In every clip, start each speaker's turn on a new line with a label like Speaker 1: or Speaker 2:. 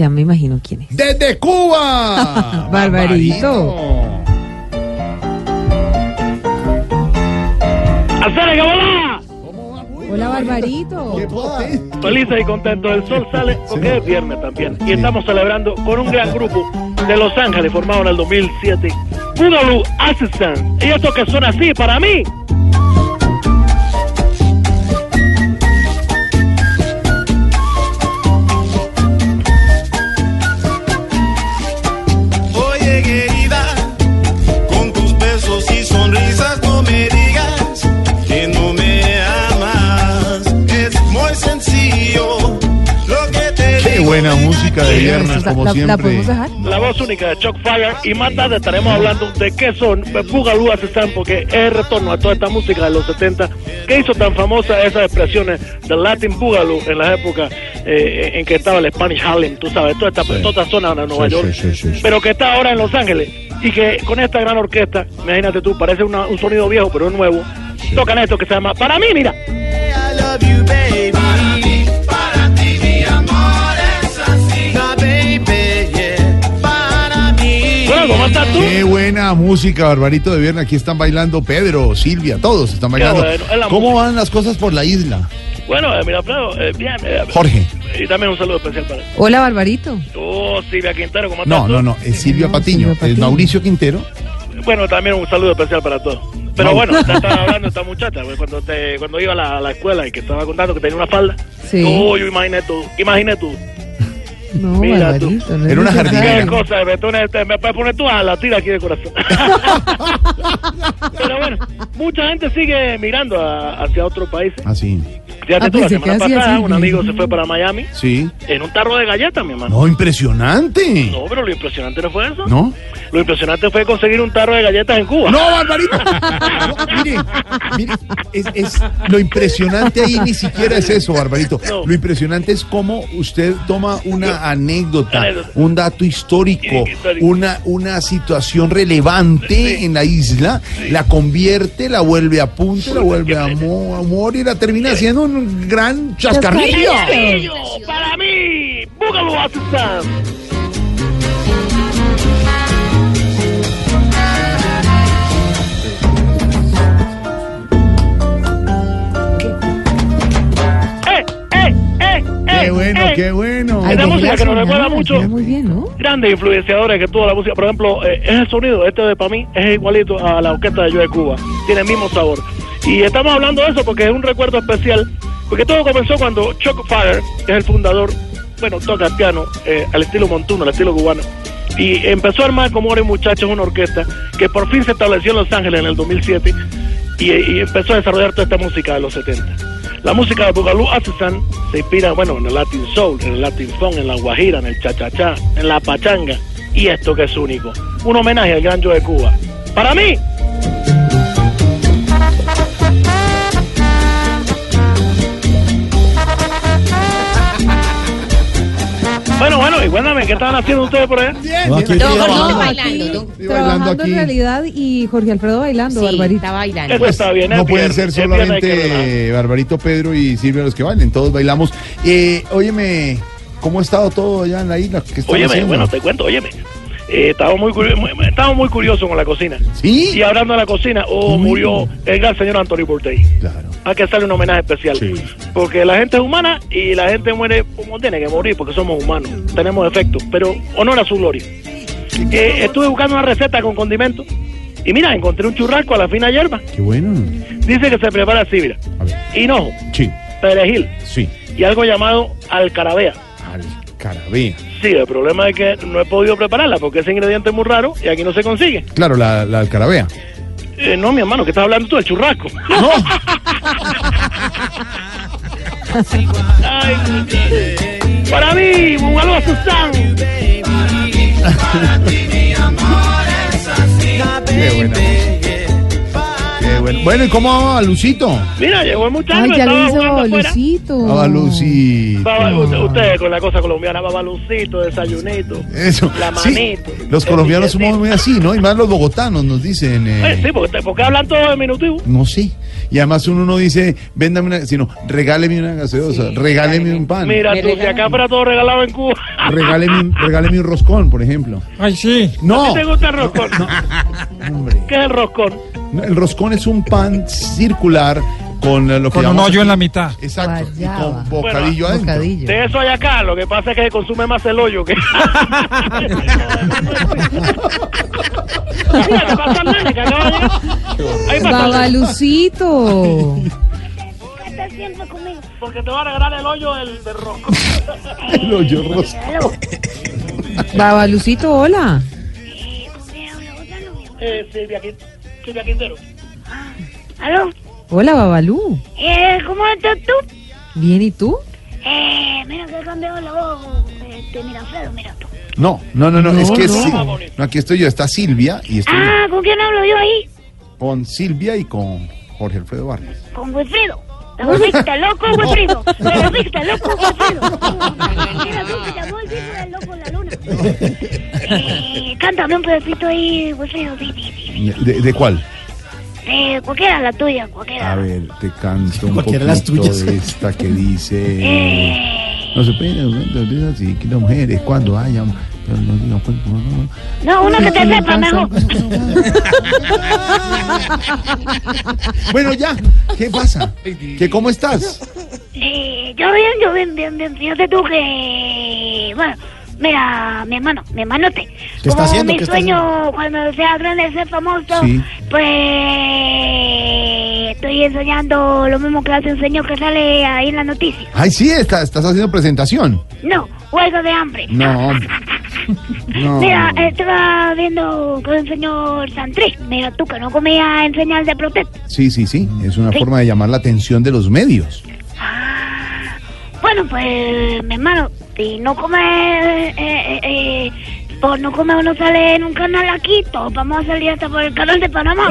Speaker 1: Ya me imagino quién es.
Speaker 2: Desde Cuba.
Speaker 1: Barbarito.
Speaker 3: ¡Hacer que volá!
Speaker 2: ¿Cómo va, Cuba?
Speaker 1: Hola, Barbarito.
Speaker 2: ¿Qué poder?
Speaker 3: Felices y contentos. El sol sale porque es viernes también. Y estamos celebrando con un gran grupo de Los Ángeles formado en el 2007. Pudolu Assistant. Y esto que son así para mí.
Speaker 4: Oye querida, con tus besos y sonrisas no me digas que no me amas. Es muy sencillo lo que te
Speaker 2: Qué
Speaker 4: digo.
Speaker 2: buena música de viernes,
Speaker 1: ¿La-
Speaker 2: como
Speaker 1: la- la
Speaker 2: siempre.
Speaker 1: podemos dejar?
Speaker 3: La voz única de Chuck Fire. Y más tarde estaremos hablando de qué son pues, Pudolu Assistant porque es el retorno a toda esta música de los 70 que hizo tan famosa esas expresiones del Latin Boogaloo en la época eh, en que estaba el Spanish Harlem. Tú sabes, toda esta, toda esta zona de Nueva
Speaker 2: Sí,
Speaker 3: York.
Speaker 2: sí, sí, sí, sí.
Speaker 3: pero que está ahora en Los Ángeles y que con esta gran orquesta, imagínate tú, parece una- un sonido viejo pero es nuevo, tocan esto que se llama Para mí, mira.
Speaker 4: I love you, baby. Para ti, para ti, mi amor es así. La baby, yeah. Para mí.
Speaker 3: Bueno, ¿cómo estás tú?
Speaker 2: Qué buena música, Barbarito de Viernes. Aquí están bailando Pedro, Silvia, todos están bailando.
Speaker 3: bueno, es la
Speaker 2: ¿Cómo
Speaker 3: música.
Speaker 2: van las cosas por la isla?
Speaker 3: Bueno, eh, mira, Alfredo, eh, bien. eh,
Speaker 2: Jorge.
Speaker 3: Y también un saludo especial para ti.
Speaker 1: Hola, Barbarito.
Speaker 3: Oh, Silvia Quintero, ¿cómo estás
Speaker 2: No,
Speaker 3: tú?
Speaker 2: no, no, es Silvia
Speaker 1: No,
Speaker 2: Patiño,
Speaker 1: Silvia
Speaker 2: es
Speaker 1: Patiño.
Speaker 2: Mauricio Quintero.
Speaker 3: Bueno, también un saludo especial para todos. Pero
Speaker 2: No.
Speaker 3: bueno, ya estaba hablando esta muchacha, pues, cuando te, cuando iba a la, a la escuela y que estaba contando que tenía una falda.
Speaker 1: Sí.
Speaker 3: Oh, yo imaginé tú, imaginé tú.
Speaker 1: No,
Speaker 3: Mira tú.
Speaker 1: Barbarito. No es
Speaker 2: Era una
Speaker 1: necesario.
Speaker 2: jardinera.
Speaker 3: Qué cosa, me, pone- te- me puedes poner tú a la tira aquí de corazón. Pero bueno, mucha gente sigue mirando a- hacia otros países.
Speaker 2: Así.
Speaker 3: Fíjate
Speaker 1: Ah,
Speaker 3: tú, la
Speaker 1: pensé que
Speaker 3: semana
Speaker 1: hacía
Speaker 3: pasada
Speaker 1: así.
Speaker 3: un amigo se fue para Miami
Speaker 2: Sí.
Speaker 3: en un tarro de galletas, mi hermano.
Speaker 2: No, impresionante.
Speaker 3: No, pero lo impresionante no fue eso.
Speaker 2: ¿No?
Speaker 3: Lo impresionante fue conseguir un tarro de galletas en Cuba.
Speaker 2: No, Barbarito. No, mire, mire, es, es- lo impresionante ahí ni siquiera es eso, Barbarito.
Speaker 3: No.
Speaker 2: Lo impresionante es cómo usted toma una anécdota,
Speaker 3: Anécdota.
Speaker 2: un dato histórico,
Speaker 3: Sí, histórico.
Speaker 2: una, una situación relevante en la isla, la convierte, la vuelve a punto, la vuelve a mo- amor y la termina haciendo un gran chascarrillo.
Speaker 3: ¡Ello! ¡Para mí! ¡Búgalo, Assistant! ¡Eh, eh, eh, eh!
Speaker 2: Qué bueno,
Speaker 3: eh.
Speaker 2: qué bueno.
Speaker 1: Ay,
Speaker 3: Esa
Speaker 1: déjela
Speaker 3: música que nos
Speaker 1: sonar,
Speaker 3: recuerda mucho.
Speaker 1: suena muy bien, ¿no?
Speaker 3: Grandes influenciadores que tuvo la música. Por ejemplo, eh, ese sonido, este de para mí, es igualito a la orquesta de Yo de Cuba. Tiene el mismo sabor. Y estamos hablando de eso porque es un recuerdo especial. Porque todo comenzó cuando Chuck Fire, que es el fundador, bueno, toca el piano eh, al estilo montuno, al estilo cubano. Y empezó a armar como Ores Muchachos una orquesta que por fin se estableció en Los Ángeles en el 2007 y, y empezó a desarrollar toda esta música de los 70. La música de Boogaloo Assistant se inspira, bueno, en el Latin Soul, en el Latin Funk, en la Guajira, en el Cha-Cha-Cha, en la Pachanga. Y esto que es único. Un homenaje al gran Joe de Cuba. ¡Para mí! Bueno, bueno, y cuéntame, ¿qué estaban haciendo ustedes por allá?
Speaker 2: Bien, bien,
Speaker 5: No, aquí
Speaker 2: aquí
Speaker 5: estoy
Speaker 2: trabajando.
Speaker 5: abajo.
Speaker 6: bailando.
Speaker 2: Estoy
Speaker 1: Trabajando
Speaker 2: bailando
Speaker 1: en
Speaker 2: aquí.
Speaker 1: realidad y Jorge Alfredo bailando,
Speaker 6: Sí,
Speaker 1: Barbarito.
Speaker 6: está bailando.
Speaker 3: Eso Pues está bien, es
Speaker 2: no pueden
Speaker 3: viernes,
Speaker 2: ser
Speaker 3: es viernes, hay que relajar.
Speaker 2: solamente eh, Barbarito, Pedro y Silvia los que bailen, todos bailamos. Eh, óyeme, ¿cómo ha estado todo allá en la isla? ¿Qué están
Speaker 3: Óyeme,
Speaker 2: haciendo?
Speaker 3: bueno, te cuento, óyeme. Eh, estaba muy, curio- muy- muy- estaba muy curioso con la cocina.
Speaker 2: Sí.
Speaker 3: Y hablando de la cocina, oh,
Speaker 2: Uy.
Speaker 3: murió el gran señor Antonio Bourdain.
Speaker 2: Claro.
Speaker 3: Hay que hacerle un homenaje especial.
Speaker 2: Sí.
Speaker 3: Porque la gente es humana y la gente muere como tiene que morir, porque somos humanos. Tenemos defectos, pero honor a su gloria. Eh, estuve buscando una receta con condimentos y mira, encontré un churrasco a la fina hierba.
Speaker 2: Qué bueno.
Speaker 3: Dice que se prepara así, mira.
Speaker 2: A ver,
Speaker 3: Hinojo,
Speaker 2: sí,
Speaker 3: perejil
Speaker 2: sí.
Speaker 3: y algo llamado alcarabea.
Speaker 2: Al carabea.
Speaker 3: Sí, el problema es que no he podido prepararla porque ese ingrediente es muy raro y aquí no se consigue.
Speaker 2: Claro, la, la alcarabea.
Speaker 3: Eh, no, mi hermano, ¿qué estás hablando tú? El churrasco.
Speaker 2: No.
Speaker 3: Ay, para mí, un algo Susan.
Speaker 2: Qué buena música. Qué bueno. Bueno, ¿y cómo va Lucito?
Speaker 3: Mira, llegó el muchacho,
Speaker 1: Ay, ya
Speaker 3: estaba
Speaker 1: lo
Speaker 3: jugando
Speaker 1: hizo
Speaker 3: afuera.
Speaker 1: Lucito.
Speaker 2: Ah, Lucito.
Speaker 3: Baba- usted, usted con la cosa colombiana, babalucito, desayunito.
Speaker 2: Eso.
Speaker 3: La
Speaker 2: Sí,
Speaker 3: manito.
Speaker 2: los
Speaker 3: el
Speaker 2: colombianos somos
Speaker 3: billetito.
Speaker 2: muy así, ¿no? Y más los bogotanos nos dicen. eh,
Speaker 3: Eh, sí, porque, porque hablan todos de minutivo.
Speaker 2: No sé. Y además uno no dice, véndame una, sino regáleme una gaseosa, regáleme un pan,
Speaker 3: Mira,
Speaker 1: Me
Speaker 3: tú, si
Speaker 1: regalan.
Speaker 3: acá fuera todo regalado en Cuba.
Speaker 2: regáleme, un- regáleme un roscón, por ejemplo.
Speaker 5: Ay, sí.
Speaker 3: ¿A
Speaker 2: No,
Speaker 3: ti te gusta el roscón?
Speaker 2: hombre.
Speaker 3: ¿Qué es el roscón?
Speaker 2: No, El roscón es un pan circular con eh, lo que
Speaker 5: Con un
Speaker 2: llamamos-
Speaker 5: hoyo en la mitad.
Speaker 2: Exacto, y
Speaker 1: Guayaba.
Speaker 2: con bocadillo adentro.
Speaker 1: Bocadillo.
Speaker 3: De eso hay acá, lo que pasa es que se consume más el hoyo que. Mira, le pasa al nene que acaba de llegar. Ahí pasa el nene,
Speaker 1: Babalucito.
Speaker 6: estás siempre conmigo.
Speaker 3: Porque te va a regalar el hoyo del, del roscón.
Speaker 2: El hoyo roscón.
Speaker 1: Babalucito, hola.
Speaker 3: Eh, Silvia, Quin- Silvia Quintero.
Speaker 6: ¿Aló?
Speaker 1: Hola, Babalú.
Speaker 6: Eh, ¿Cómo estás tú?
Speaker 1: Bien, ¿y tú?
Speaker 6: Eh, mira que he cambiado la voz. Este, mira, Alfredo, mira tú.
Speaker 2: No, no, no, no, es que
Speaker 1: no.
Speaker 2: sí. No, aquí estoy yo, está Silvia y estoy
Speaker 6: Ah, ¿con quién hablo yo ahí?
Speaker 2: con Silvia y con Jorge Alfredo Vargas.
Speaker 6: Con Wilfredo. La golfista, loco, Wilfredo. La golfista, loco, Wilfredo. Mira tú que te voy a loco la luna. Eh, cántame un pedacito ahí, Wilfredo. sí, sí, sí.
Speaker 2: ¿De, de cuál?
Speaker 6: Eh, cualquiera la tuya, cualquiera.
Speaker 2: A ver, te canto un poquito
Speaker 5: Cualquiera de las tuyas.
Speaker 2: de esta que dice...
Speaker 6: Eh,
Speaker 2: No se pena, así que las mujeres cuando hayan... pero no digan, pues, no, no, no.
Speaker 6: no, una que te sepa mejor.
Speaker 2: pues, Bueno, ya, ¿qué pasa? ¿Qué, ¿Cómo estás?
Speaker 6: Eh, yo bien, yo bien, bien, bien. Fíjate tú que. Bueno, mira, mi hermano, mi hermanote.
Speaker 5: ¿Qué está
Speaker 6: como
Speaker 5: haciendo?
Speaker 6: mi
Speaker 5: ¿Qué está
Speaker 6: sueño cuando sea grande, ser famoso,
Speaker 2: Sí.
Speaker 6: pues. Estoy enseñando lo mismo que hace un señor que sale ahí en la noticia.
Speaker 2: Ay, sí, está- estás haciendo presentación.
Speaker 6: No, huelga de hambre.
Speaker 2: No, hombre. No.
Speaker 6: Mira, eh, estaba viendo con el señor Santri. Mira tú que no comía en señal de protesta.
Speaker 2: Sí, sí, sí. Es una forma de llamar la atención de los medios.
Speaker 6: Bueno, pues, mi hermano, si no come, eh, eh, eh, por no comer uno sale en un canal aquí, todos vamos a salir hasta por el canal de Panamá.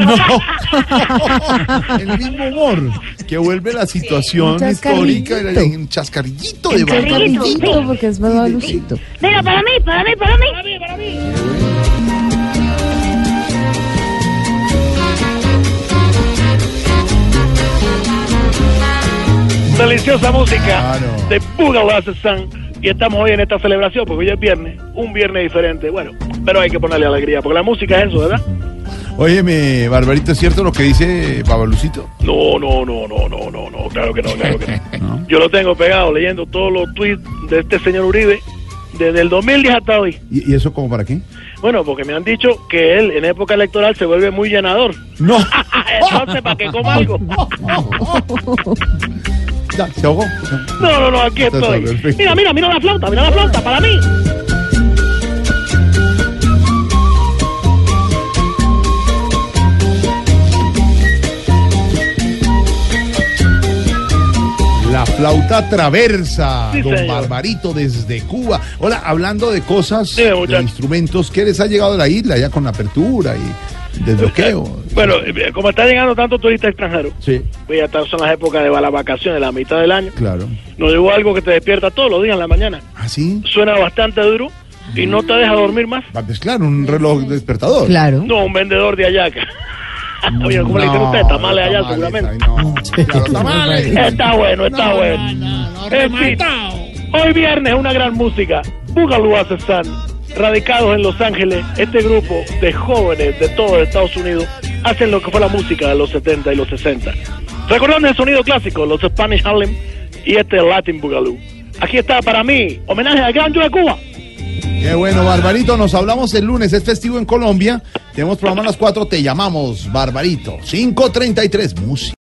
Speaker 2: El mismo humor que vuelve la situación
Speaker 1: Un
Speaker 2: histórica.
Speaker 1: chascarrillito.
Speaker 2: era Un chascarillito de
Speaker 6: Un chascarrillito,
Speaker 2: Barranquilla.
Speaker 6: sí.
Speaker 1: porque es Babalucito.
Speaker 6: Mira, para mí, para mí, para mí. Para mí, para mí.
Speaker 3: Deliciosa música
Speaker 2: Claro.
Speaker 3: de Bugalass Sun. Y estamos hoy en esta celebración porque hoy es viernes, un viernes diferente. Bueno, pero hay que ponerle alegría porque la música es eso, ¿verdad?
Speaker 2: Óyeme, Barbarito, ¿es cierto lo que dice Babalucito?
Speaker 3: No, no, no, no, no, no, no, claro que no, claro que
Speaker 2: No.
Speaker 3: no. Yo lo tengo pegado leyendo todos los tweets de este señor Uribe desde el 2010 hasta hoy.
Speaker 2: ¿Y, y eso como para qué?
Speaker 3: Bueno, porque me han dicho que él en época electoral se vuelve muy llenador.
Speaker 2: No.
Speaker 3: Entonces, ¿para que coma algo?
Speaker 2: Ya, se ahogó.
Speaker 3: No, no, no, aquí
Speaker 2: Está
Speaker 3: estoy.
Speaker 2: perfecto.
Speaker 3: Mira, mira, mira la flauta, mira la flauta, para mí.
Speaker 2: La flauta traversa,
Speaker 3: Sí,
Speaker 2: don
Speaker 3: señor.
Speaker 2: Barbarito desde Cuba. Hola, hablando de cosas,
Speaker 3: Dime,
Speaker 2: de
Speaker 3: muchacho.
Speaker 2: instrumentos, ¿qué les ha llegado a la isla ya con la apertura y desbloqueo?
Speaker 3: Bueno, eh, como está llegando tanto turista extranjero,
Speaker 2: Sí,
Speaker 3: pues ya están- son las épocas de las vacaciones, la mitad del año.
Speaker 2: claro.
Speaker 3: Nos llegó algo que te despierta todos los días en la mañana.
Speaker 2: ¿Ah, sí?
Speaker 3: Suena bastante duro y no te deja dormir más.
Speaker 2: Ah, Pues claro, un reloj despertador.
Speaker 1: Claro.
Speaker 3: No, un vendedor de ayaca. Oye, ¿cómo le dicen ustedes? Tamales allá, seguramente.
Speaker 2: seguramente. Claro, tamales.
Speaker 3: Está bueno, está bueno. En fin, hoy viernes una gran música. Boogaloo Assassin, radicados en Los Ángeles, este grupo de jóvenes de todo Estados Unidos hacen lo que fue la música de los 70 y los 60. Recordando el sonido clásico, los Spanish Harlem y este Latin Boogaloo. Aquí está para mí, homenaje al gran Joe de Cuba.
Speaker 2: Qué bueno, Barbarito, nos hablamos el lunes, es festivo en Colombia. Tenemos programa a las 4, te llamamos, Barbarito. 5.33, música.